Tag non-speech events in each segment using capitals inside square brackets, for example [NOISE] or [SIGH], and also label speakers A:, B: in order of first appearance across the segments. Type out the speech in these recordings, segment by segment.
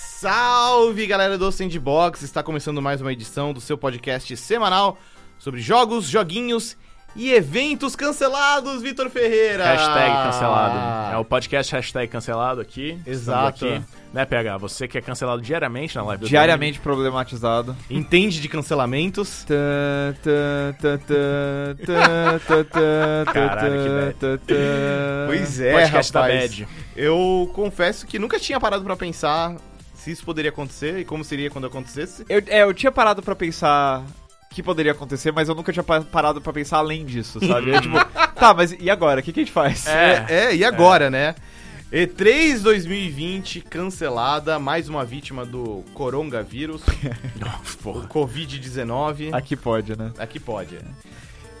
A: Salve, galera do Sandbox! Está começando mais uma edição do seu podcast semanal sobre jogos, joguinhos e eventos cancelados, Vitor Ferreira!
B: Hashtag
A: Ah.
B: cancelado. É o podcast hashtag cancelado aqui. Estamos
A: Exato.
B: Aqui. Né, PH? Você que é cancelado diariamente na live do
C: Diariamente problematizado.
A: Entende de
B: [LAUGHS]
A: cancelamentos?
C: Tã, tã, tã, tã, tã, tã, tã, tã,
B: Caralho, que bad.
C: tã, tã.
A: Pois
B: Domingo.
A: é,
B: podcast da
A: rapaz.
B: Bad.
A: Eu confesso que nunca tinha parado pra pensar se isso poderia acontecer e como seria quando acontecesse.
C: Eu, é, eu tinha parado pra pensar que poderia acontecer, mas eu nunca tinha pa- parado pra pensar além disso, sabe? Eu, [LAUGHS] tipo, tá, mas e agora? O que, que a gente faz?
B: É.
A: É, e agora, né? E3 2020 cancelada, mais uma vítima do coronavírus, o
B: Porra.
A: Covid-19.
C: Aqui pode, né?
A: Aqui pode.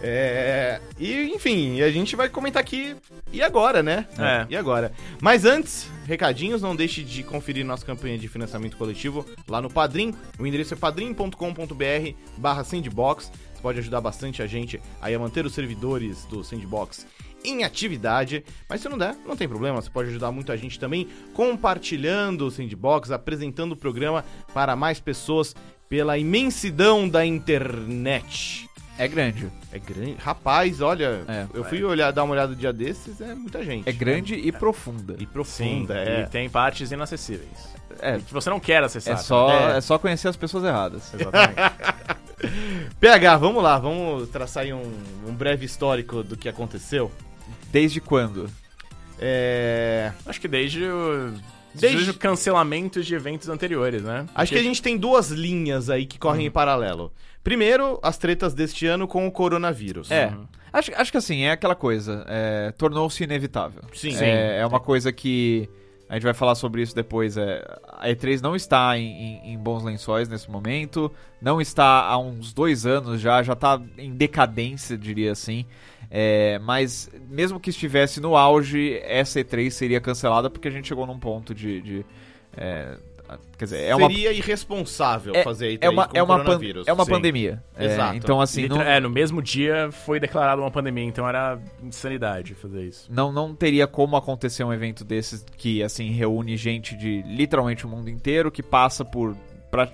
A: É, e enfim, a gente vai comentar aqui e agora, né?
B: É.
A: E agora. Mas antes, recadinhos, não deixe de conferir nossa campanha de financiamento coletivo lá no Padrim. O endereço é padrim.com.br barra sandbox. Você pode ajudar bastante a gente aí a manter os servidores do Sandbox em atividade. Mas se não der, não tem problema. Você pode ajudar muito a gente também compartilhando o Sandbox, apresentando o programa para mais pessoas pela imensidão da internet.
C: É grande.
A: É grande. Rapaz, olha,
C: É.
A: eu fui olhar, dar uma olhada no dia desses, é muita gente.
C: É grande e profunda.
A: E
B: Sim,
A: profunda, é.
B: e tem partes inacessíveis.
C: É,
B: Que você não quer acessar.
C: é só,
A: É.
C: é só conhecer as pessoas erradas.
B: Exatamente.
A: PH, vamos lá, vamos traçar aí um, um breve histórico do que aconteceu.
C: Desde quando?
A: É.
B: Acho que desde o...
A: Desde-
B: Desde... o cancelamento de eventos anteriores, né?
A: Acho que é a gente tem duas linhas aí que
C: Hum.
A: correm em paralelo. Primeiro, as tretas deste ano com o coronavírus.
C: É. Acho, acho que assim, é aquela coisa. é, Tornou-se inevitável.
A: Sim.
C: É,
A: Sim.
C: É, uma coisa que. A gente vai falar sobre isso depois. É, a E3 não está em, em- em bons lençóis nesse momento. Não está há uns dois anos já. Já está em decadência, diria assim. É, mas mesmo que estivesse no auge, essa E3 seria cancelada porque a gente chegou num ponto de. de, é, quer dizer, é uma.
A: Seria irresponsável fazer aí
C: É uma,
A: com
C: é uma, pan-
A: coronavírus.
C: é uma
A: Sim.
C: pandemia. É,
A: Exato.
C: então, assim.
B: Literal-
C: não-
B: É, no mesmo dia foi declarada uma pandemia, então era insanidade fazer isso.
C: Não, não teria como acontecer um evento desses que, assim, reúne gente de literalmente o mundo inteiro, que passa por. pra-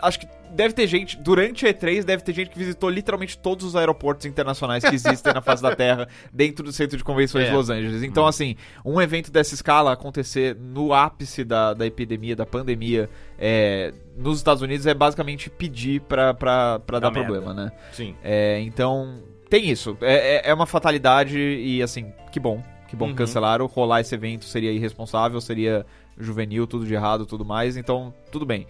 C: Acho que deve ter gente, durante a E3, deve ter gente que visitou literalmente todos os aeroportos internacionais que existem na face da Terra, dentro do centro de convenções
A: É.
C: de Los Angeles. Então, assim, um evento dessa escala acontecer no ápice da, da epidemia, da pandemia, é, nos Estados Unidos é basicamente pedir pra, pra, pra
B: Dá
C: dar
B: merda.
C: problema, né?
A: Sim.
C: É, então, tem isso. É, é- é uma fatalidade e, assim, que bom. Que bom
A: Uhum.
C: que cancelaram. Rolar esse evento seria irresponsável, seria juvenil, tudo de errado tudo mais. Então, tudo bem.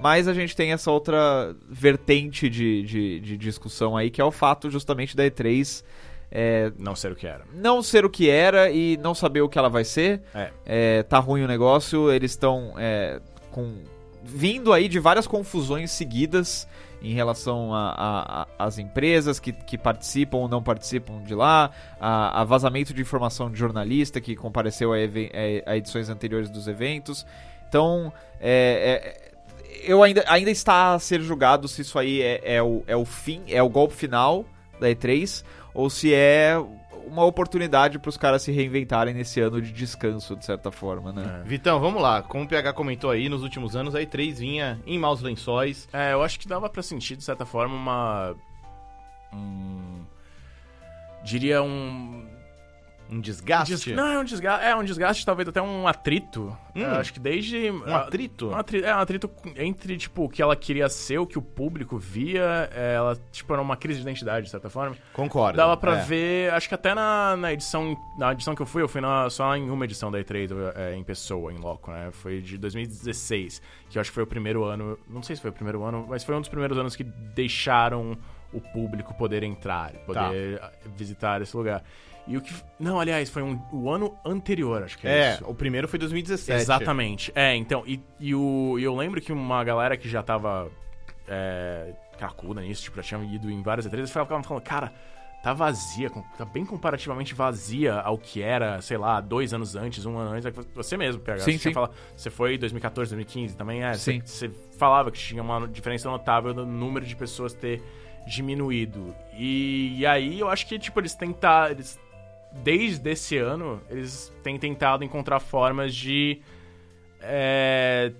C: Mas a gente tem essa outra vertente de, de, de discussão aí, que é o fato justamente da E3 é,
B: Não sei o que era.
C: não ser o que era e não saber o que ela vai ser.
B: É.
C: É, tá ruim o negócio, eles estão é, com vindo aí de várias confusões seguidas em relação às a, a- as empresas que, que participam ou não participam de lá, a, a vazamento de informação de jornalista que compareceu a, even- a- a edições anteriores dos eventos. Então, é, é, eu ainda, ainda está a ser julgado se isso aí é, é o, é o fim, é o golpe final da E3 ou se é uma oportunidade para os caras se reinventarem nesse ano de descanso, de certa forma, né?
A: Vitão, vamos lá. Como o PH comentou aí, nos últimos anos a E3 vinha em maus lençóis.
B: É, eu acho que dava pra sentir, de certa forma, uma. Um, diria um.
A: Um desgaste.
B: des- Não, é um desgaste. É, um desgaste, talvez até um atrito.
A: Hum.
B: É, acho que desde.
A: Um atrito?
B: Um atrito, é, um atrito entre, tipo, o que ela queria ser, o que o público via. é, Ela, tipo, era uma crise de identidade, de certa forma.
A: Concordo.
B: Dava pra
A: É.
B: ver, acho que até na, na edição na edição que eu fui, eu fui na- só em uma edição da E3 eu- é, em pessoa, em loco, né? Foi de 2016, que eu acho que foi o primeiro ano, não sei se foi o primeiro ano, mas foi um dos primeiros anos que deixaram o público poder entrar, poder ah, visitar esse lugar. E o que. Não, aliás, foi um, o ano anterior, acho que é,
A: É,
B: isso.
A: o primeiro foi 2017.
B: Exatamente. É, então, e, e o, e eu lembro que uma galera que já tava é, carcuda nisso, tipo, já tinha ido em várias E3, eles ficavam falando, cara, tá vazia, com- tá bem comparativamente vazia ao que era, sei lá, dois anos antes, um ano antes. É que Você mesmo, PH,
C: Sim,
B: você, tinha
C: sim.
B: fala- você foi em 2014, 2015 também, é, você-
C: Sim.
B: você falava que tinha uma diferença notável no número de pessoas ter diminuído. E, e aí eu acho que, tipo, eles tentaram. Eles, desde esse ano, eles têm tentado encontrar formas de é,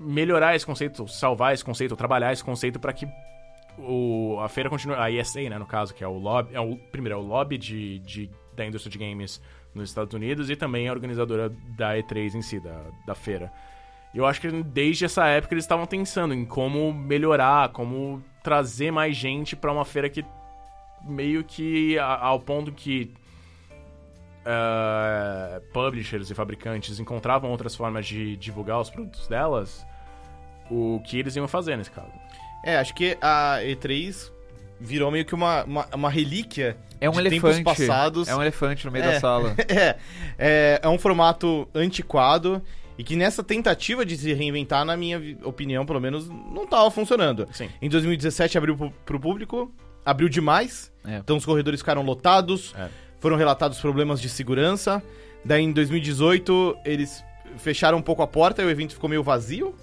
B: melhorar esse conceito, salvar esse conceito, trabalhar esse conceito para que o, a feira continue. A ESA, né, no caso, que é o lobby. É o, primeiro, é o lobby de, de- da indústria de games nos Estados Unidos e também a organizadora da E3 em si, da, da feira. E eu acho que desde essa época eles estavam pensando em como melhorar, como trazer mais gente para uma feira que meio que a- ao ponto que eh, publishers e fabricantes encontravam outras formas de divulgar os produtos delas, o que eles iam fazer nesse caso.
A: É, acho que a E3 virou meio que uma, uma, uma relíquia
C: É um
A: de
C: elefante.
A: tempos passados.
C: É um elefante no meio
A: É.
C: da sala.
A: [LAUGHS] É, é, é um formato antiquado e que nessa tentativa de se reinventar, na minha vi- opinião, pelo menos, não estava funcionando.
B: Sim.
A: Em 2017 abriu pro- pro público, abriu demais,
C: É.
A: então os corredores ficaram lotados,
B: É.
A: foram relatados problemas de segurança. Daí em 2018 eles fecharam um pouco a porta e o evento ficou meio vazio.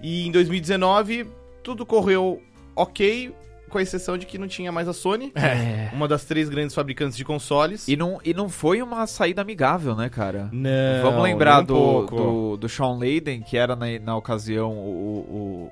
A: E em 2019 tudo correu ok, com a exceção de que não tinha mais a Sony,
C: É.
A: uma das três grandes fabricantes de consoles.
C: E não, e não foi uma saída amigável, né, cara?
A: Não,
C: Vamos lembrar
A: nem um
C: do,
A: pouco.
C: do, do Sean Layden, que era na, na ocasião o. o,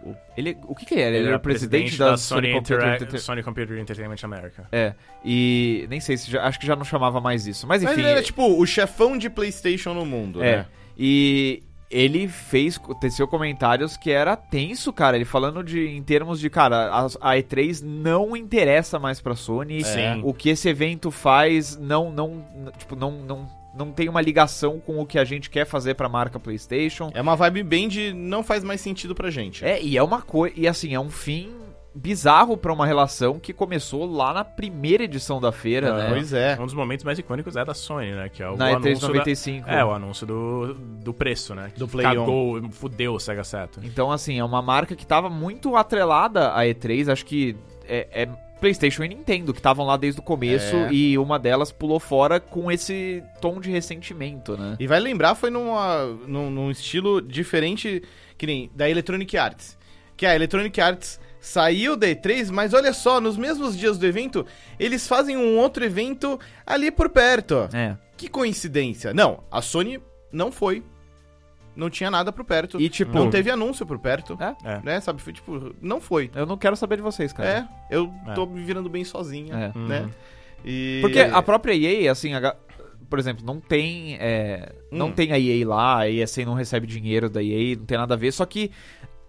C: o- o- ele, o que, que ele era? Ele, era o presidente, da, Sony Computer
B: Interac-
C: Entertainment.
B: Sony Computer Entertainment America.
C: É, e nem sei se já, acho que já não chamava mais isso, mas
A: Mas
C: enfim.
A: ele era tipo o chefão de PlayStation no mundo,
C: é,
A: né?
C: E ele fez, teceu comentários que era tenso, cara. Ele falando de, em termos de, cara, a, a E3 não interessa mais pra Sony.
B: Sim.
C: O que esse evento faz não, não, n- tipo, não, não, não tem uma ligação com o que a gente quer fazer pra marca PlayStation.
A: É uma vibe bem de não faz mais sentido pra gente.
C: É, e é uma coisa. E assim, é um fim bizarro pra uma relação que começou lá na primeira edição da feira,
B: Ah,
C: né?
A: Pois é.
B: Um dos momentos mais icônicos é da Sony, né? Que é o
C: Na E3
B: anúncio da-
C: 95.
B: É, o anúncio do, do preço, né?
A: Do Play um.
B: Cagou, fudeu o Sega Saturn.
C: Então, assim, é uma marca que tava muito atrelada à E3, acho que é, é PlayStation e Nintendo, que estavam lá desde o começo,
A: É.
C: e uma delas pulou fora com esse tom de ressentimento, né?
A: E vai lembrar, foi numa, num, num estilo diferente que nem da Electronic Arts. Que a Electronic Arts saiu da E3, mas olha só, nos mesmos dias do evento, eles fazem um outro evento ali por perto.
C: É.
A: Que coincidência. Não, a Sony não foi. Não tinha nada por perto.
C: E tipo,
A: Não teve anúncio por perto.
C: É?
B: É.
A: Né, sabe? Foi, tipo, não foi.
C: eu não quero saber de vocês, cara.
A: É, eu
B: É.
A: tô me virando bem sozinha.
C: É.
A: né?
B: Uhum.
A: E-
C: Porque a própria EA, assim, a ga- por exemplo, não tem. é, Não
A: Hum.
C: tem a EA lá, a EA assim, não recebe dinheiro da EA, não tem nada a ver, só que.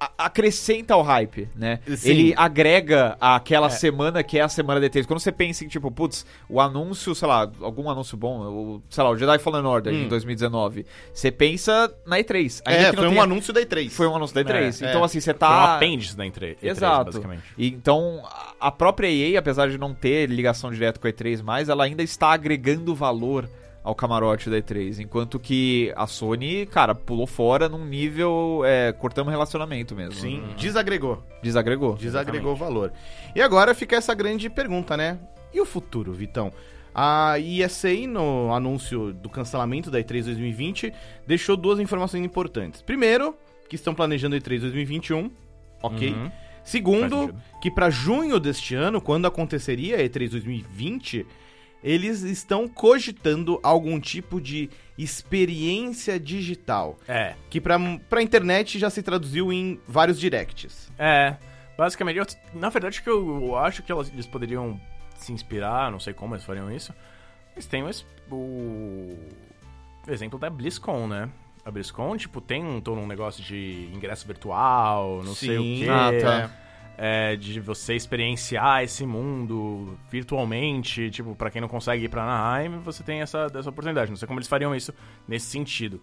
C: a- Acrescenta ao hype, né?
A: Sim.
C: Ele agrega aquela semana que é a semana da E3. Quando você pensa em, tipo, putz, o anúncio, sei lá, algum anúncio bom, o, sei lá, o Jedi Fallen Order
A: Hum.
C: em 2019, você pensa na E3. Ainda
A: É,
C: que não
A: foi um
C: tenha-
A: anúncio da E3.
C: foi um anúncio da E3.
A: É, é.
C: então, assim, você
B: Foi um
C: tá.
B: apêndice da entre... E3,
C: Exato.
B: basicamente.
C: E Então, a- a própria EA, apesar de não ter ligação direta com a E3 mais, ela ainda está agregando valor ao camarote da E3, enquanto que a Sony, cara, pulou fora num nível é, cortamos relacionamento mesmo.
A: Sim,
B: Uhum.
A: desagregou.
C: Desagregou.
A: Desagregou o valor. E agora fica essa grande pergunta, né? E o futuro, Vitão? A ESA, no anúncio do cancelamento da E3 2020, deixou duas informações importantes. Primeiro, que estão planejando a E3 2021. Ok.
B: Uhum. Faz
A: Segundo,
B: sentido.
A: que pra junho deste ano, quando aconteceria a E3 2020, eles estão cogitando algum tipo de experiência digital.
B: É.
A: que pra, pra internet já se traduziu em vários directs.
B: É, basicamente, eu- na verdade, o que eu, eu acho que elas, eles poderiam se inspirar, não sei como eles fariam isso, mas tem o, es- o exemplo da BlizzCon, né? A BlizzCon, tipo, tem um, todo um negócio de ingresso virtual, não sei o
A: Sim.
B: quê.
C: Ah, tá.
B: é, de você experienciar esse mundo virtualmente, tipo, pra quem não consegue ir pra Anaheim, você tem essa, essa oportunidade. Não sei como eles fariam isso nesse sentido.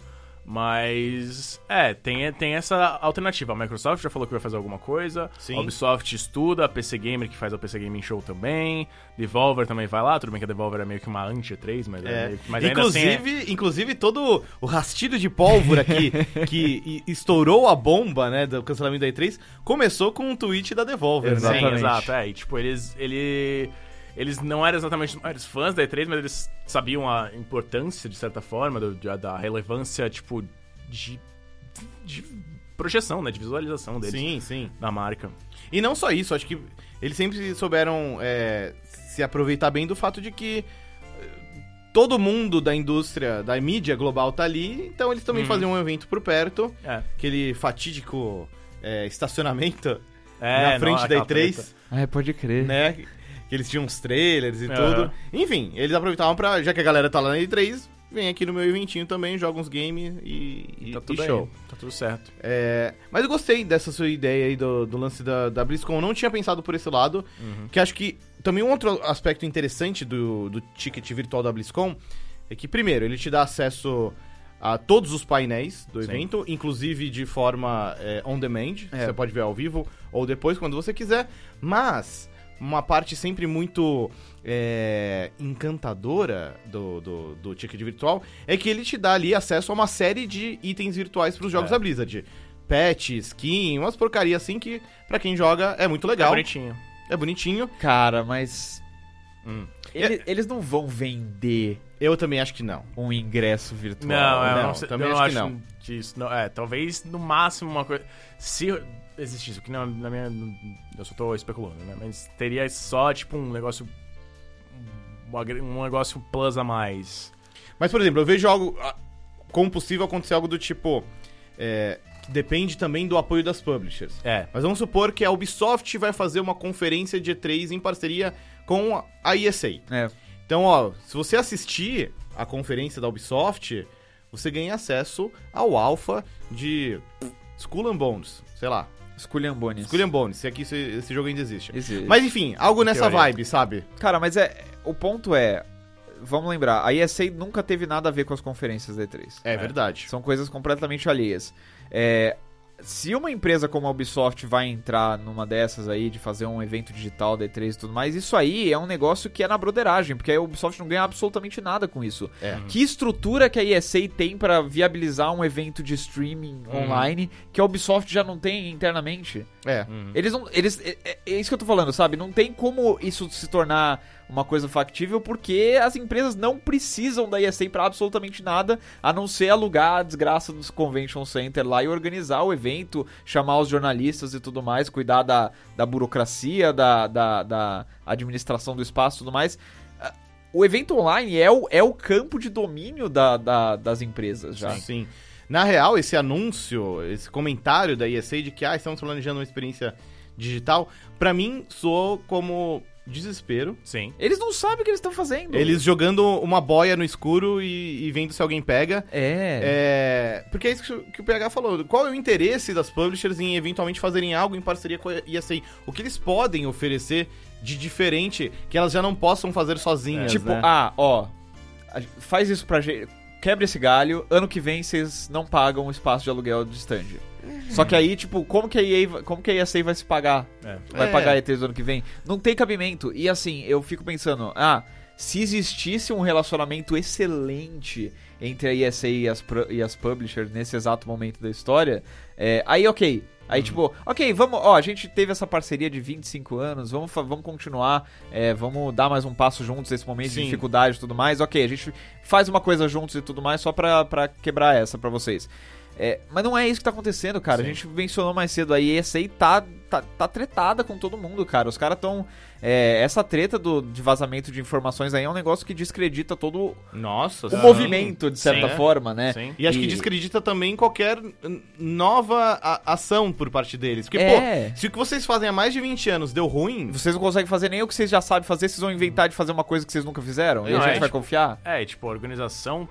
B: Mas, é, tem, tem essa alternativa. A Microsoft já falou que vai fazer alguma coisa.
A: Sim.
B: A Ubisoft estuda, a PC Gamer, que faz a PC Gaming Show também. Devolver também vai lá. Tudo bem que a Devolver é meio que uma anti-3, mas, é.
A: É.
B: meio que- mas ainda assim... é-
A: inclusive, inclusive, todo o rastilho de pólvora
B: [LAUGHS]
A: que, que e- estourou a bomba né, do cancelamento da E3 começou com um tweet da Devolver. né?
C: Exatamente.
B: Sim, exato. É, e tipo, eles. Ele, eles não eram exatamente os maiores fãs da E3, mas eles sabiam a importância, de certa forma, do- da, da relevância, tipo, de, de projeção, né? De visualização deles
A: Sim, sim.
B: na marca.
A: E não só isso, acho que eles sempre souberam é, se aproveitar bem do fato de que eh, todo mundo da indústria, da mídia global tá ali, então eles também
B: Hum.
A: faziam um evento por perto,
B: É.
A: aquele fatídico é, estacionamento
B: É,
A: na frente
B: não,
A: da
B: aquela
A: E3,
B: treta.
C: É, pode crer.
A: né? Que eles tinham uns trailers e
B: Aham.
A: tudo. Enfim, eles aproveitavam pra, já que a galera tá lá na E3, vem aqui no meu eventinho também, joga uns games e, e,
B: Tá
A: e
B: tudo aí,
A: show.
B: Tá tudo certo.
A: É, mas eu gostei dessa sua ideia aí do, do lance da, da BlizzCon. Eu não tinha pensado por esse lado. Que acho que também um outro aspecto interessante do, do ticket virtual da BlizzCon é que, primeiro, ele te dá acesso a todos os painéis do
B: Sim.
A: evento, inclusive de forma é, on demand.
C: É.
A: Você pode ver ao vivo ou depois, quando você quiser. Mas uma parte sempre muito é, encantadora do, do, do ticket virtual é que ele te dá ali acesso a uma série de itens virtuais para os jogos
B: É.
A: da Blizzard. Pet, skin, umas porcarias assim que, pra quem joga, é muito legal,
B: É bonitinho.
A: é bonitinho.
C: Cara, mas.
B: Hum.
C: ele- Eles não vão vender
A: Eu também acho que não.
C: um ingresso virtual.
B: Não, é, um
C: né?
B: eu
A: Não,
B: não, sei,
A: também
B: eu não
A: acho
B: acho,
A: que
B: disso. Não, é, talvez no máximo uma coisa. Se existisse, isso, que na, na minha. Eu só tô especulando, né? Mas teria só, tipo, um negócio. um agre- Um negócio plus a mais.
A: Mas, por exemplo, eu vejo algo. ah, Como possível acontecer algo do tipo. é, que depende também do apoio das publishers.
B: É.
A: Mas vamos supor que a Ubisoft vai fazer uma conferência de E3 em parceria com a ESA.
C: É.
A: Então, ó, se você assistir a conferência da Ubisoft, você ganha acesso ao alfa de Skull and Bones, sei lá.
C: Esculhambones.
A: Skull and Bones, se aqui esse, esse jogo ainda existe.
C: Esse-
A: Mas enfim, algo nessa
B: teoria.
A: vibe, sabe?
C: Cara, mas é. O ponto é. Vamos lembrar, a ESA nunca teve nada a ver com as conferências da E3.
A: É, verdade.
C: São coisas completamente alheias. É, se uma empresa como a Ubisoft vai entrar numa dessas aí, de fazer um evento digital da E3 e tudo mais, isso aí é um negócio que é na broderagem, porque a Ubisoft não ganha absolutamente nada com isso.
A: É.
C: Que estrutura que a ESA tem pra viabilizar um evento de streaming online que a Ubisoft já não tem internamente?
A: É.
C: Eles não. Eles, é, é- é isso que eu tô falando, sabe? Não tem como isso se tornar uma coisa factível, porque as empresas não precisam da ESA pra absolutamente nada, a não ser alugar a desgraça dos convention center lá e organizar o evento, chamar os jornalistas e tudo mais, cuidar da, da burocracia, da, da, da administração do espaço e tudo mais. Ah, O evento online é o, é o campo de domínio da, da- das empresas já.
A: Sim. Na real, esse anúncio, esse comentário da ESA de que ah, estamos planejando uma experiência digital, pra mim soou como desespero.
B: Sim.
C: Eles não sabem o que eles estão fazendo.
A: Eles jogando uma boia no escuro e, e vendo se alguém pega.
C: É.
A: É, porque é isso que o- que o PH falou. Qual é o interesse das publishers em eventualmente fazerem algo em parceria com a ESA? O que eles podem oferecer de diferente que elas já não possam fazer sozinhas,
C: Tipo,
A: né?
C: ah, ó, a- faz isso pra gente. Quebra esse galho, ano que vem vocês não pagam o espaço de aluguel de stand. Só que aí, tipo, como que a EA, va- como que a ESA vai se pagar?
B: É.
C: Vai
A: É.
C: pagar a E3 do ano que vem? Não tem cabimento. E assim, eu fico pensando, ah, se existisse um relacionamento excelente entre a ESA e as, pro- e as publishers nesse exato momento da história, é, aí ok. Aí,
A: Uhum.
C: tipo, ok, vamos. Ó, a gente teve essa parceria de 25 anos, vamos, fa- vamos continuar, é, vamos dar mais um passo juntos nesse momento de
A: Sim.
C: dificuldade e tudo mais. Ok, a gente faz uma coisa juntos e tudo mais só pra, pra quebrar essa pra vocês. É, mas não é isso que tá acontecendo, cara. A
B: Sim.
C: gente mencionou mais cedo aí, essa aí tá, tá, tá tretada com todo mundo, cara. Os caras tão. é, essa treta do, de vazamento de informações aí é um negócio que descredita todo
A: Nossa,
C: o
A: sim.
C: movimento, de certa
A: Sim, é.
C: forma, né?
B: Sim.
A: E acho que
C: E-
A: descredita também qualquer hum, nova a- ação por parte deles. Porque,
C: É.
A: pô, se o que vocês fazem há mais de 20 anos deu ruim,
C: Vocês não conseguem fazer nem o que vocês já sabem fazer, vocês vão inventar de fazer uma coisa que vocês nunca fizeram? e a
B: Não,
C: gente
B: é,
C: vai
B: tipo-
C: confiar?
B: É, e, tipo, a organização.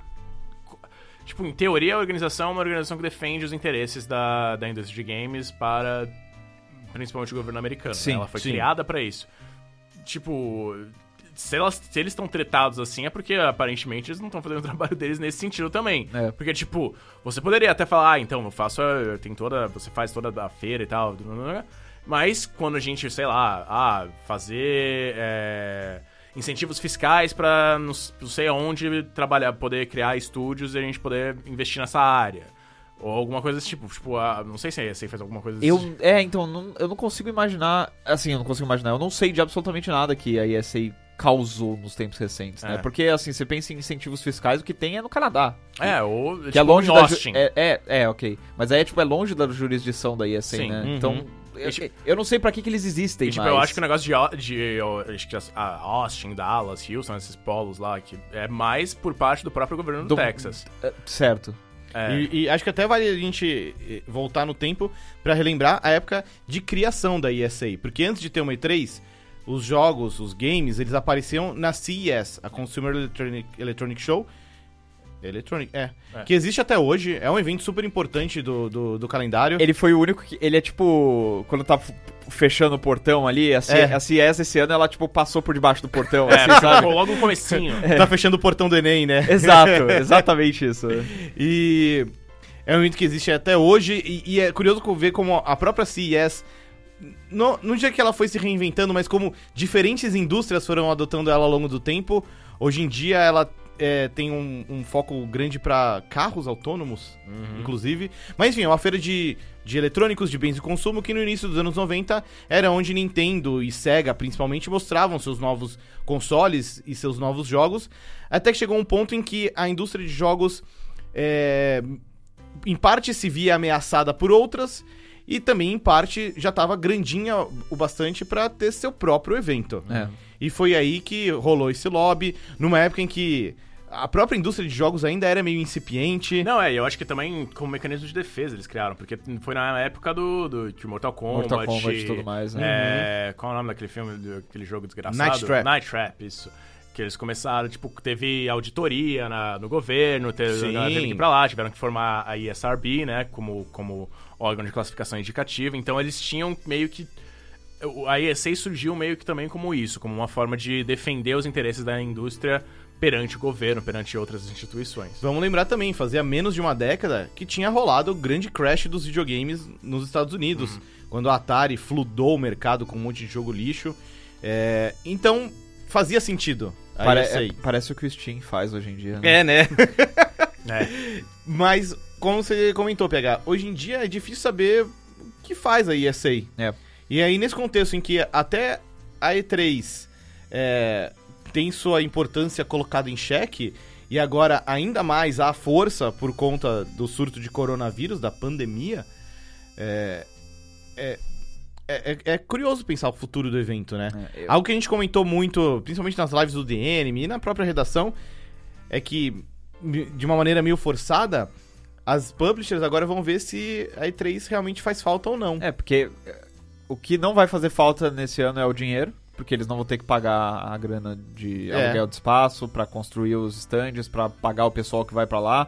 B: Tipo, em teoria, a organização é uma organização que defende os interesses da, da indústria de games para principalmente o governo americano. né?
C: Sim,
B: Ela foi
A: sim.
B: criada para isso. Tipo, se, elas, se eles estão tretados assim, é porque aparentemente eles não estão fazendo o trabalho deles nesse sentido também.
C: É.
B: Porque, tipo, você poderia até falar, ah, então eu faço. a- Eu tenho toda. Você faz toda a feira e tal. blá, blá, blá." Mas quando a gente, sei lá, ah, fazer. é, incentivos fiscais pra não s- não sei aonde trabalhar, poder criar estúdios e a gente poder investir nessa área. Ou alguma coisa desse tipo. Tipo, ah, não sei se a ESA faz alguma coisa desse
C: Eu,
B: tipo.
C: é, então, não- eu não consigo imaginar. Assim, eu não consigo imaginar. Eu não sei de absolutamente nada que a ESA causou nos tempos recentes, né?
B: É.
C: Porque, assim, você pensa em incentivos fiscais, o que tem é no Canadá.
B: É, ou.
C: Que é longe
B: em
C: da. ju-
B: Austin.
C: É, é, é, ok. Mas aí, tipo, é longe da jurisdição da ESA,
B: Sim,
C: né?
A: uhum.
C: Então, eu,
B: tipo-
C: eu não sei pra que, que eles existem,
B: E, tipo,
C: mas...
B: eu acho que o negócio de, Au- de eu acho que as- a Austin, Dallas, Houston, esses polos lá, que é mais por parte do próprio governo do,
C: Do-
B: Texas.
C: É, Certo.
B: É.
A: E, e acho que até vale a gente eh, voltar no tempo pra relembrar a época de criação da ESA. Porque antes de ter uma E3, os jogos, os games, eles apareciam na CES, a Consumer Electronic, Electronic Show. Electronic, é,
B: É.
A: Que existe até hoje, é um evento super importante do, do, do calendário.
C: Ele foi o único que... Ele é, tipo... Quando tá f- fechando o portão ali, a, C-
A: É.
C: a CES esse ano, ela, tipo, passou por debaixo do portão,
B: [LAUGHS] É,
C: assim, sabe? [LAUGHS]
B: ficou logo no comecinho.
A: Tá fechando o portão do Enem, né?
C: Exato, exatamente isso.
A: E é um evento que existe até hoje. E, e é curioso co- ver como a própria CES. No, no dia que ela foi se reinventando, mas como diferentes indústrias foram adotando ela ao longo do tempo, hoje em dia ela é, tem um, um foco grande para carros autônomos, inclusive. Mas enfim, é uma feira de, de eletrônicos, de bens de consumo, que no início dos anos 90 era onde Nintendo e Sega principalmente mostravam seus novos consoles e seus novos jogos. Até que chegou um ponto em que a indústria de jogos é, em parte se via ameaçada por outras e também em parte já estava grandinha o bastante para ter seu próprio evento.
C: É.
A: E foi aí que rolou esse lobby, numa época em que a própria indústria de jogos ainda era meio incipiente.
B: Não, é, eu acho que também como mecanismo de defesa eles criaram, porque foi na época do, do de Mortal Kombat.
C: Mortal Kombat e tudo mais, né? Uhum.
B: É, Qual é o nome daquele filme, do- aquele jogo desgraçado?
A: Night Trap.
B: Night Trap, isso. Que eles começaram, tipo, teve auditoria na- no governo, teve,
A: Sim.
B: teve que ir pra lá, tiveram que formar a ESRB, né, como, como órgão de classificação indicativa, então eles tinham meio que... o- A ESA surgiu meio que também como isso, como uma forma de defender os interesses da indústria perante o governo, perante outras instituições.
A: Vamos lembrar também, fazia menos de uma década que tinha rolado o grande crash dos videogames nos Estados Unidos, quando a Atari fludou o mercado com um monte de jogo lixo. É, então, fazia sentido. Aí
C: Pare-
A: eu sei.
C: é- parece o que o Steam faz hoje em dia, né?
A: É, né?
B: É.
A: Mas, como você comentou, PH, hoje em dia é difícil saber o que faz a ESA.
C: É.
A: E aí, nesse contexto em que até a E3 é, tem sua importância colocada em xeque, e agora ainda mais à força por conta do surto de coronavírus, da pandemia, é, é- é- é- é curioso pensar o futuro do evento, né?
C: É, eu-
A: Algo que a gente comentou muito, principalmente nas lives do DN e na própria redação, é que, mi- de uma maneira meio forçada, as publishers agora vão ver se a E3 realmente faz falta ou não.
C: É, porque é, o que não vai fazer falta nesse ano é o dinheiro, porque eles não vão ter que pagar a grana de
A: É.
C: aluguel de espaço pra construir os stands, pra pagar o pessoal que vai pra lá.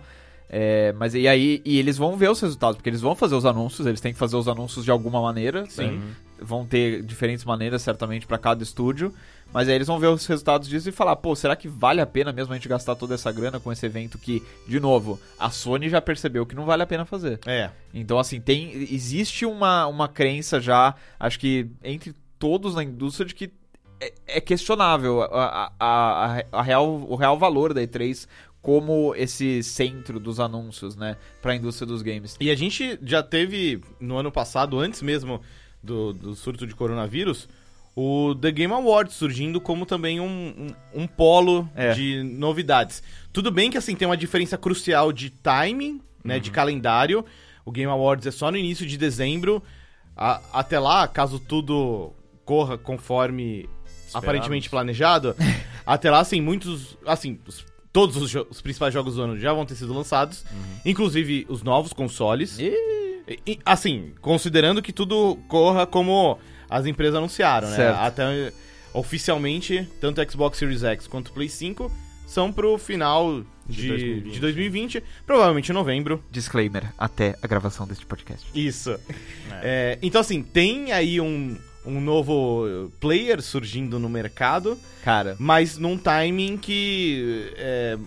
C: É, mas e aí e eles vão ver os resultados, porque eles vão fazer os anúncios, eles têm que fazer os anúncios de alguma maneira,
A: Sim.
C: né? Vão ter diferentes maneiras certamente pra cada estúdio, mas aí eles vão ver os resultados disso e falar, pô, será que vale a pena mesmo a gente gastar toda essa grana com esse evento que, de novo, a Sony já percebeu que não vale a pena fazer.
A: É.
C: Então, assim, tem, existe uma, uma crença já, acho que entre todos na indústria, de que é, é questionável a, a, a, a real, o real valor da E3 como esse centro dos anúncios, né, pra indústria dos games.
A: E a gente já teve, no ano passado, antes mesmo do, do surto de coronavírus, o The Game Awards surgindo como também um, um, um polo
C: É.
A: de novidades. Tudo bem que assim tem uma diferença crucial de timing, né, de calendário. O Game Awards é só no início de dezembro. A- até lá, caso tudo corra conforme aparentemente planejado, até lá, assim, muitos. Assim, os- todos os, jo- os principais jogos do ano já vão ter sido lançados, inclusive os novos consoles. E... e, assim, considerando que tudo corra como as empresas anunciaram,
C: Certo.
A: né? Até eh, oficialmente, tanto Xbox Series X quanto Play 5 são pro final de,
B: De
A: de 2020.
B: 2020.
A: provavelmente em novembro.
C: Disclaimer, até a gravação deste podcast.
A: Isso. É, então, assim, tem aí um, um novo player surgindo no mercado
C: Cara,
A: mas num timing que. É,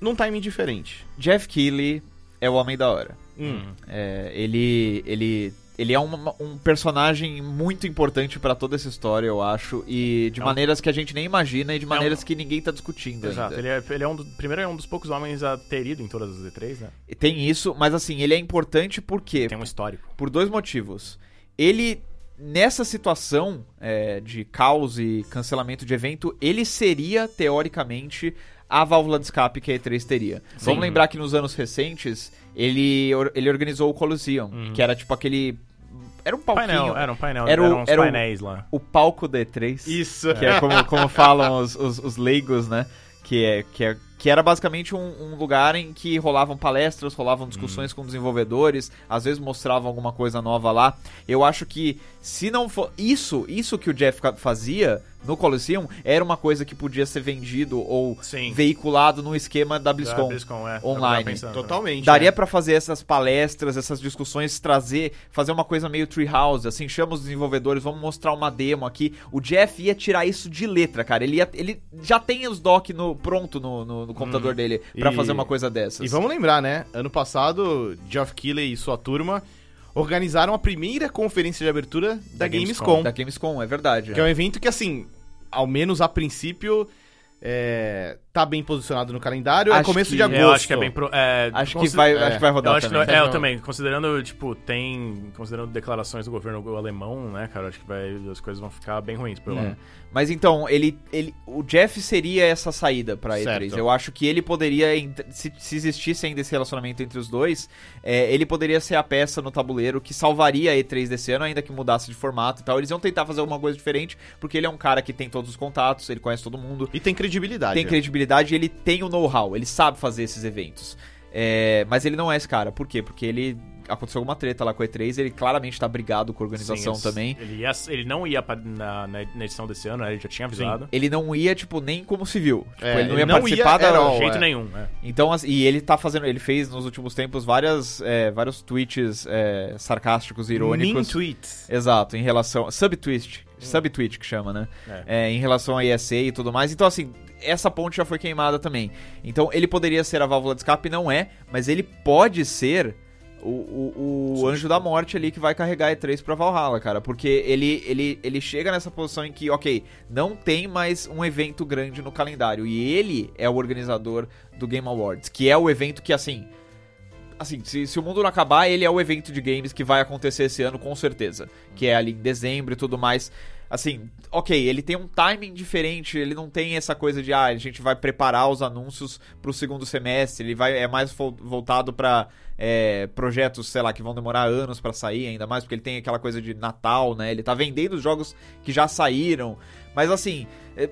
A: num timing diferente.
C: Jeff Keighley é o homem da hora.
A: Hum.
C: É, ele, ele, ele é um, um personagem muito importante pra toda essa história, eu acho, e de
B: É um-
C: maneiras que a gente nem imagina e de
B: um-
C: maneiras que ninguém tá discutindo
B: Exato,
C: ainda.
B: ele é, ele é um dos, primeiro é um dos poucos homens a ter ido em todas as E3, né?
C: E Tem isso, mas assim, ele é importante por quê?
B: Tem um histórico.
C: Por dois motivos. Ele, nessa situação é, de caos e cancelamento de evento, ele seria, teoricamente, a válvula de escape que a E3 teria. Vamos lembrar que nos anos recentes, ele, or- ele organizou o Colosseum, que era tipo aquele era um palquinho.
B: Uhum. Painel, era um painel,
C: Era o-
B: eram uns
C: era o-
B: painéis lá.
C: O palco da E3.
A: Isso.
C: Que é como, como falam os, os, os leigos, né? Que, é, que, é, que era basicamente um, um lugar em que rolavam palestras, rolavam discussões
B: Hum.
C: com desenvolvedores, às vezes mostravam alguma coisa nova lá. Eu acho que se não for. Isso, isso que o Jeff ca- fazia no Colosseum era uma coisa que podia ser vendido ou
B: Sim.
C: veiculado no esquema da
B: Da
C: BlizzCon.
B: BlizzCon, é.
C: online.
B: Eu tava pensando,
A: Totalmente.
C: Daria
A: né?
C: pra fazer essas palestras, essas discussões, trazer, fazer uma coisa meio treehouse, assim, chama os desenvolvedores, vamos mostrar uma demo aqui. O Jeff ia tirar isso de letra, cara. Ele, ia- ele já tem os doc no, pronto no, no- no computador dele pra
A: Uhum. E-
C: fazer uma coisa dessas.
A: E vamos lembrar, né? Ano passado, Geoff Keighley e sua turma organizaram a primeira conferência de abertura da,
B: Da Gamescom.
A: Gamescom.
C: Da Gamescom, é verdade.
A: Que é um evento que, assim, ao menos a princípio, é, tá bem posicionado no calendário. é
C: Acho
A: começo
C: que-
A: de
B: É,
A: agosto.
B: eu acho que é bem. Pro, é,
C: Acho, que
A: consi-
C: vai,
A: é.
C: acho que vai
B: Eu
C: rodar
B: acho que não,
C: também.
B: é, eu também. Considerando, tipo, tem. Considerando declarações do governo alemão, né, cara? Acho que vai, as coisas vão ficar bem ruins por lá.
C: É. Mas então, ele, ele, o Jeff seria essa saída pra E3.
A: Certo.
C: Eu acho que ele poderia, ent- se, se existisse ainda esse relacionamento entre os dois, é, ele poderia ser a peça no tabuleiro que salvaria a E3 desse ano, ainda que mudasse de formato e tal. Eles iam tentar fazer alguma coisa diferente, porque ele é um cara que tem todos os contatos, ele conhece todo mundo,
A: E tem credibilidade.
C: tem credibilidade e ele tem o know-how, ele sabe fazer esses eventos. É, mas ele não é esse cara. Por quê? Porque ele. Aconteceu alguma treta lá com a E3, ele claramente tá brigado com a organização
B: Sim, esse-
C: também.
B: Ele, ia- ele não ia pra- na, na na edição desse ano, né, ele já tinha avisado.
C: Ele não ia, tipo, nem como civil. Tipo,
A: É,
C: ele não ia participar
A: at
C: da.
A: all,
B: De jeito
A: é.
B: nenhum, né?
C: Então, assim, e ele tá fazendo. Ele fez nos últimos tempos várias, é, vários tweets é, sarcásticos e
A: Mean
C: irônicos.
A: tweets.
C: Exato, em relação. Subtweet. Subtweet que chama, né? É, em relação a ESA e tudo mais. Então, assim, essa ponte já foi queimada também. Então, ele poderia ser a válvula de escape, não é, mas ele pode ser. O, o- o anjo da morte ali que vai carregar a E3 pra Valhalla, cara. Porque ele, ele, ele chega nessa posição em que, ok, não tem mais um evento grande no calendário. E ele é o organizador do Game Awards, que é o evento que, assim, assim, se, se o mundo não acabar, ele é o evento de games que vai acontecer esse ano com certeza. Que é ali em dezembro e tudo mais. Assim, ok, ele tem um timing diferente, ele não tem essa coisa de, ah, a gente vai preparar os anúncios pro segundo semestre, ele vai é mais fo- voltado pra é, projetos, sei lá, que vão demorar anos pra sair ainda mais, porque ele tem aquela coisa de Natal, né? Ele tá vendendo os jogos que já saíram, mas assim, é,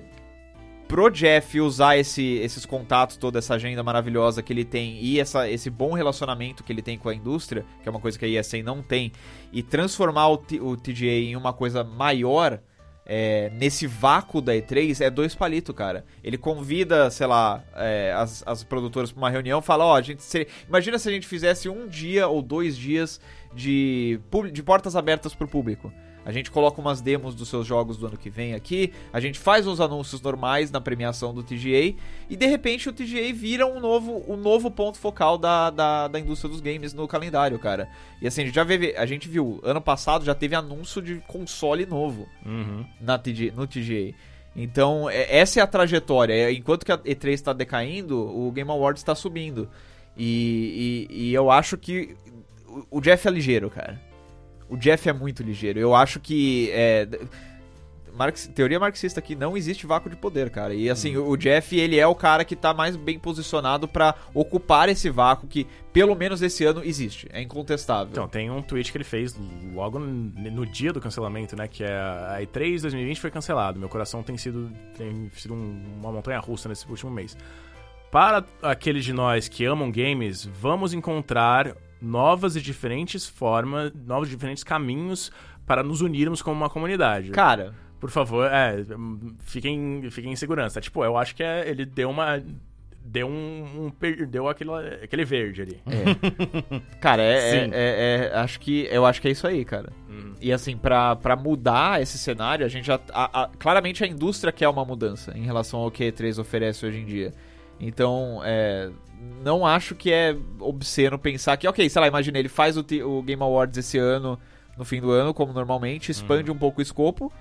C: pro Jeff usar esse- esses contatos, toda essa agenda maravilhosa que ele tem e essa- esse bom relacionamento que ele tem com a indústria, que é uma coisa que a ESA não tem, e transformar o, T- o TGA em uma coisa maior. é, nesse vácuo da E3 é dois palitos, cara. Ele convida, sei lá, é, as, as produtoras pra uma reunião, fala: Ó, a gente. se- Imagina se a gente fizesse um dia ou dois dias de, pub- de portas abertas pro público. A gente coloca umas demos dos seus jogos do ano que vem aqui, a gente faz os anúncios normais na premiação do TGA e de repente o TGA vira um novo, um novo ponto focal da, da, da indústria dos games no calendário, cara. E assim, a gente já vê, a gente viu, ano passado já teve anúncio de console novo
B: Uhum.
C: na TG, no TGA. Então, é- essa é a trajetória. É, Enquanto que a E3 está decaindo, o Game Awards está subindo. E, e- e eu acho que o- o Jeff é ligeiro, cara. O Jeff é muito ligeiro. Eu acho que. é, d- marx- teoria marxista aqui não existe vácuo de poder, cara. E assim, o o Jeff, ele é o cara que tá mais bem posicionado pra ocupar esse vácuo que, pelo menos esse ano, existe. É incontestável.
B: Então, tem um tweet que ele fez logo n- no dia do cancelamento, né? Que é a E3 2020 foi cancelado. Meu coração tem sido, tem sido um- uma montanha russa nesse último mês. Para aqueles de nós que amam games, vamos encontrar novas e diferentes formas, novos e diferentes caminhos para nos unirmos como uma comunidade.
C: cara,
B: Por favor, é, hum, fiquem, fiquem em segurança. Tipo, eu acho que é- ele deu uma. Deu um. um per- deu aquele, aquele verde ali.
C: [LAUGHS] Cara, é, é,
A: Sim.
C: é- é- acho que, eu acho que é isso aí, cara.
B: Uhum.
C: E assim, pra, pra mudar esse cenário, a gente já. a- a- claramente a indústria quer uma mudança em relação ao que a E3 oferece hoje em dia. Então, é, não acho que é obsceno pensar que, ok, sei lá, imagina, ele faz o, T- o Game Awards esse ano, no fim do ano, como normalmente, expande
B: Uhum.
C: um pouco o escopo.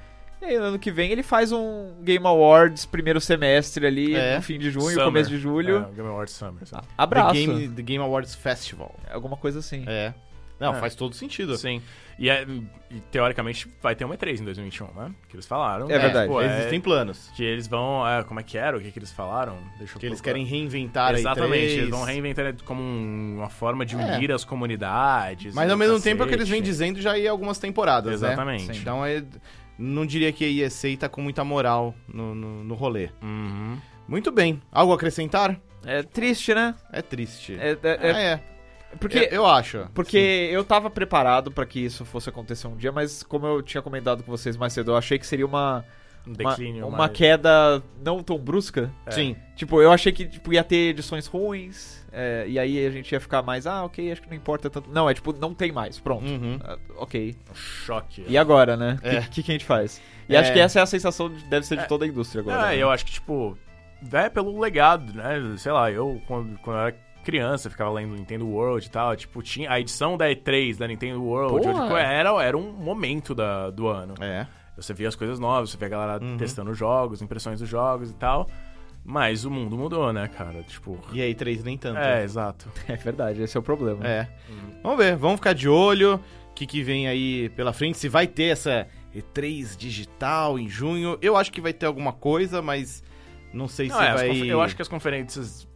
C: E aí, no ano que vem, ele faz um Game Awards primeiro semestre ali,
A: É.
C: no fim de junho,
B: Summer.
C: começo de julho.
B: É, Game Awards Summer. sabe?
A: The
C: Abraço.
A: Game, The Game Awards Festival.
C: Alguma coisa assim.
A: É. Não,
B: É.
A: faz todo sentido.
B: Sim. E, é- e, teoricamente vai ter uma E3 em 2021, né? Que eles falaram.
C: É verdade.
B: Pô,
A: Existem planos.
B: Que eles vão. é, como é que era? O que, que eles falaram? Deixa eu
A: Que eles
B: procurar.
A: querem reinventar a
B: Exatamente,
A: E3.
B: eles vão reinventar como um- uma forma de
A: É.
B: unir as comunidades.
A: Mas
B: e
A: ao mesmo
B: cacete.
A: tempo é o que eles vêm dizendo já ia algumas temporadas, né?
B: Exatamente.
C: Sim.
A: Então é, não diria que a ESA tá com muita moral no, no, no rolê.
B: Uhum.
A: Muito bem. Algo a acrescentar?
C: É triste, né?
A: É triste.
C: É, é- é-
A: Ah, é.
C: porque
A: Eu- eu acho.
C: Porque eu tava preparado pra que isso fosse acontecer um dia, mas como eu tinha comentado com vocês mais cedo, eu achei que seria uma
B: Um
C: uma,
B: declínio.
C: uma
B: mas-
C: queda não tão brusca.
A: Sim.
B: é.
C: Tipo, eu achei que tipo, ia ter edições ruins, é, e aí a gente ia ficar mais, ah, ok, acho que não importa tanto. Não, é tipo, não tem mais, pronto.
A: Uhum.
C: Ah, ok.
B: um choque.
C: E agora, né? O
A: É.
C: que, que, que a gente faz? E
A: É. Ah,
C: acho que essa é a sensação, de- deve ser de
B: É.
C: toda a indústria agora.
B: É,
C: né?
B: eu acho que, tipo, é pelo legado, né? Sei lá, eu, quando, quando eu era criança, ficava lendo Nintendo World e tal. Tipo, tinha a edição da E3 da Nintendo World.
C: Porra!
B: onde era, era um momento da, do ano.
A: É.
B: Você via as coisas novas, você via a galera
A: Uhum.
B: testando jogos, impressões dos jogos e tal. Mas o mundo mudou, né, cara? Tipo.
A: E aí, três nem tanto.
B: É, Uhum. exato.
C: [LAUGHS] É verdade, esse é o problema.
A: É. Vamos ver, vamos ficar de olho. O que, que vem aí pela frente? Se vai ter essa E3 digital em junho. Eu acho que vai ter alguma coisa, mas não sei
B: Não,
A: se
B: é, as
A: vai.
B: confer- Eu acho que as conferências,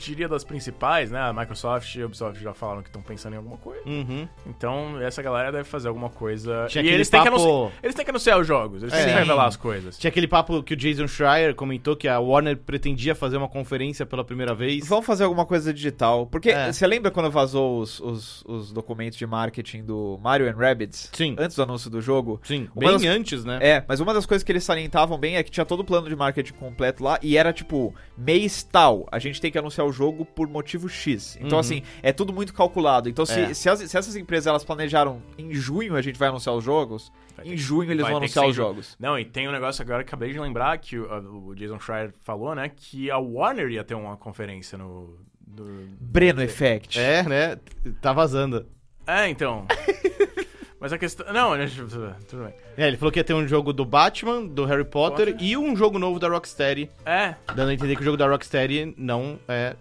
B: diria das principais, né? A Microsoft e a Ubisoft já falaram que estão pensando em alguma coisa.
A: Uhum.
B: Então, essa galera deve fazer alguma coisa.
A: Tinha
B: e
A: aquele
B: eles têm, que
A: papo-
B: anunciar, eles têm que anunciar os jogos, eles têm que
A: Sim.
B: revelar as coisas.
A: Tinha aquele papo que o Jason Schreier comentou que a Warner pretendia fazer uma conferência pela primeira vez.
C: Vão fazer alguma coisa digital. Porque
A: É.
C: você lembra quando vazou os, os, os documentos de marketing do Mario and Rabbids?
A: Sim.
C: Antes do anúncio do jogo?
A: Sim,
C: Uma
A: bem
C: das-
A: antes, né?
C: É, mas uma das coisas que eles salientavam bem é que tinha todo o plano de marketing completo lá e era tipo, mês tal, a gente tem que anunciar o jogo por motivo X. Então,
A: Uhum.
C: assim, é tudo muito calculado. Então, se,
A: É.
C: se, as- se essas empresas elas planejaram em junho a gente vai anunciar os jogos,
B: Vai ter
C: em
B: que-
C: junho eles
B: vai
C: vão
B: ter que
C: anunciar
B: ser
C: os
B: em junho.
C: jogos.
B: Não, e tem um negócio agora que acabei de lembrar que o, o Jason Schreier falou, né? Que a Warner ia ter uma conferência no. do-
C: Breno Effect.
A: É, né? Tá vazando.
B: É, então. [LAUGHS] Mas a questão. Não, né, [LAUGHS] tudo bem.
A: É, ele falou que ia ter um jogo do Batman, do Harry Potter e um jogo novo da Rocksteady,
B: É,
A: dando a entender que o jogo da Rocksteady não é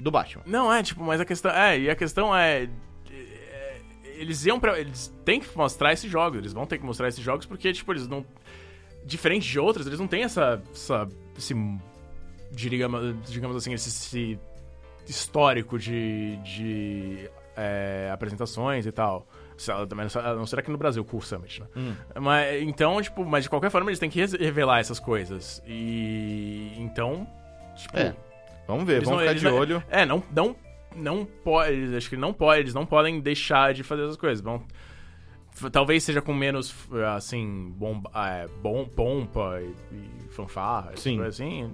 A: do Batman.
B: Não, é, tipo, mas a questão. É, e a questão é. é, Eles iam pra. Eles têm que mostrar esses jogos, eles vão ter que mostrar esses jogos, porque, tipo, eles não. Diferente de outros, eles não têm essa. essa esse. Digamos, digamos assim, esse, esse histórico de. de é, apresentações e tal. Sei lá, também, A não ser aqui no Brasil, Cool Summit, né? Mas, então, tipo, mas de qualquer forma eles têm que res- revelar essas coisas. E. Então. Tipo,
A: É. Vamos ver,
B: eles
A: vamos
B: não-
A: ficar
B: eles
A: de
B: não-
A: olho.
B: É, não, não, não pode. Acho que não pode. Eles não podem deixar de fazer essas coisas. Vão, f- talvez seja com menos, f- assim, bomba, é, bom, pompa e, e fanfarra. essas
A: Sim.
B: coisas Assim,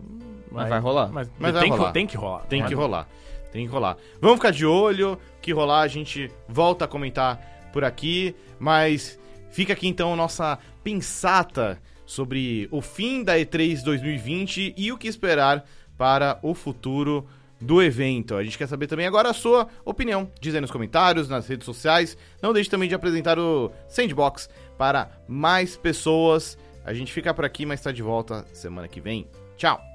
C: Mas vai rolar.
B: Mas,
A: Mas vai
B: tem,
A: rolar.
B: Que, tem que rolar.
A: Tem
B: né?
A: que rolar. Tem que rolar. Vamos ficar de olho. o Que rolar, a gente volta a comentar por aqui. Mas fica aqui então a nossa pensata sobre o fim da E3 2020 e o que esperar para o futuro do evento. A gente quer saber também agora a sua opinião. Diz aí nos comentários, nas redes sociais. Não deixe também de apresentar o Sandbox tá para mais pessoas. A gente fica por aqui, mas está de volta semana que vem. Tchau!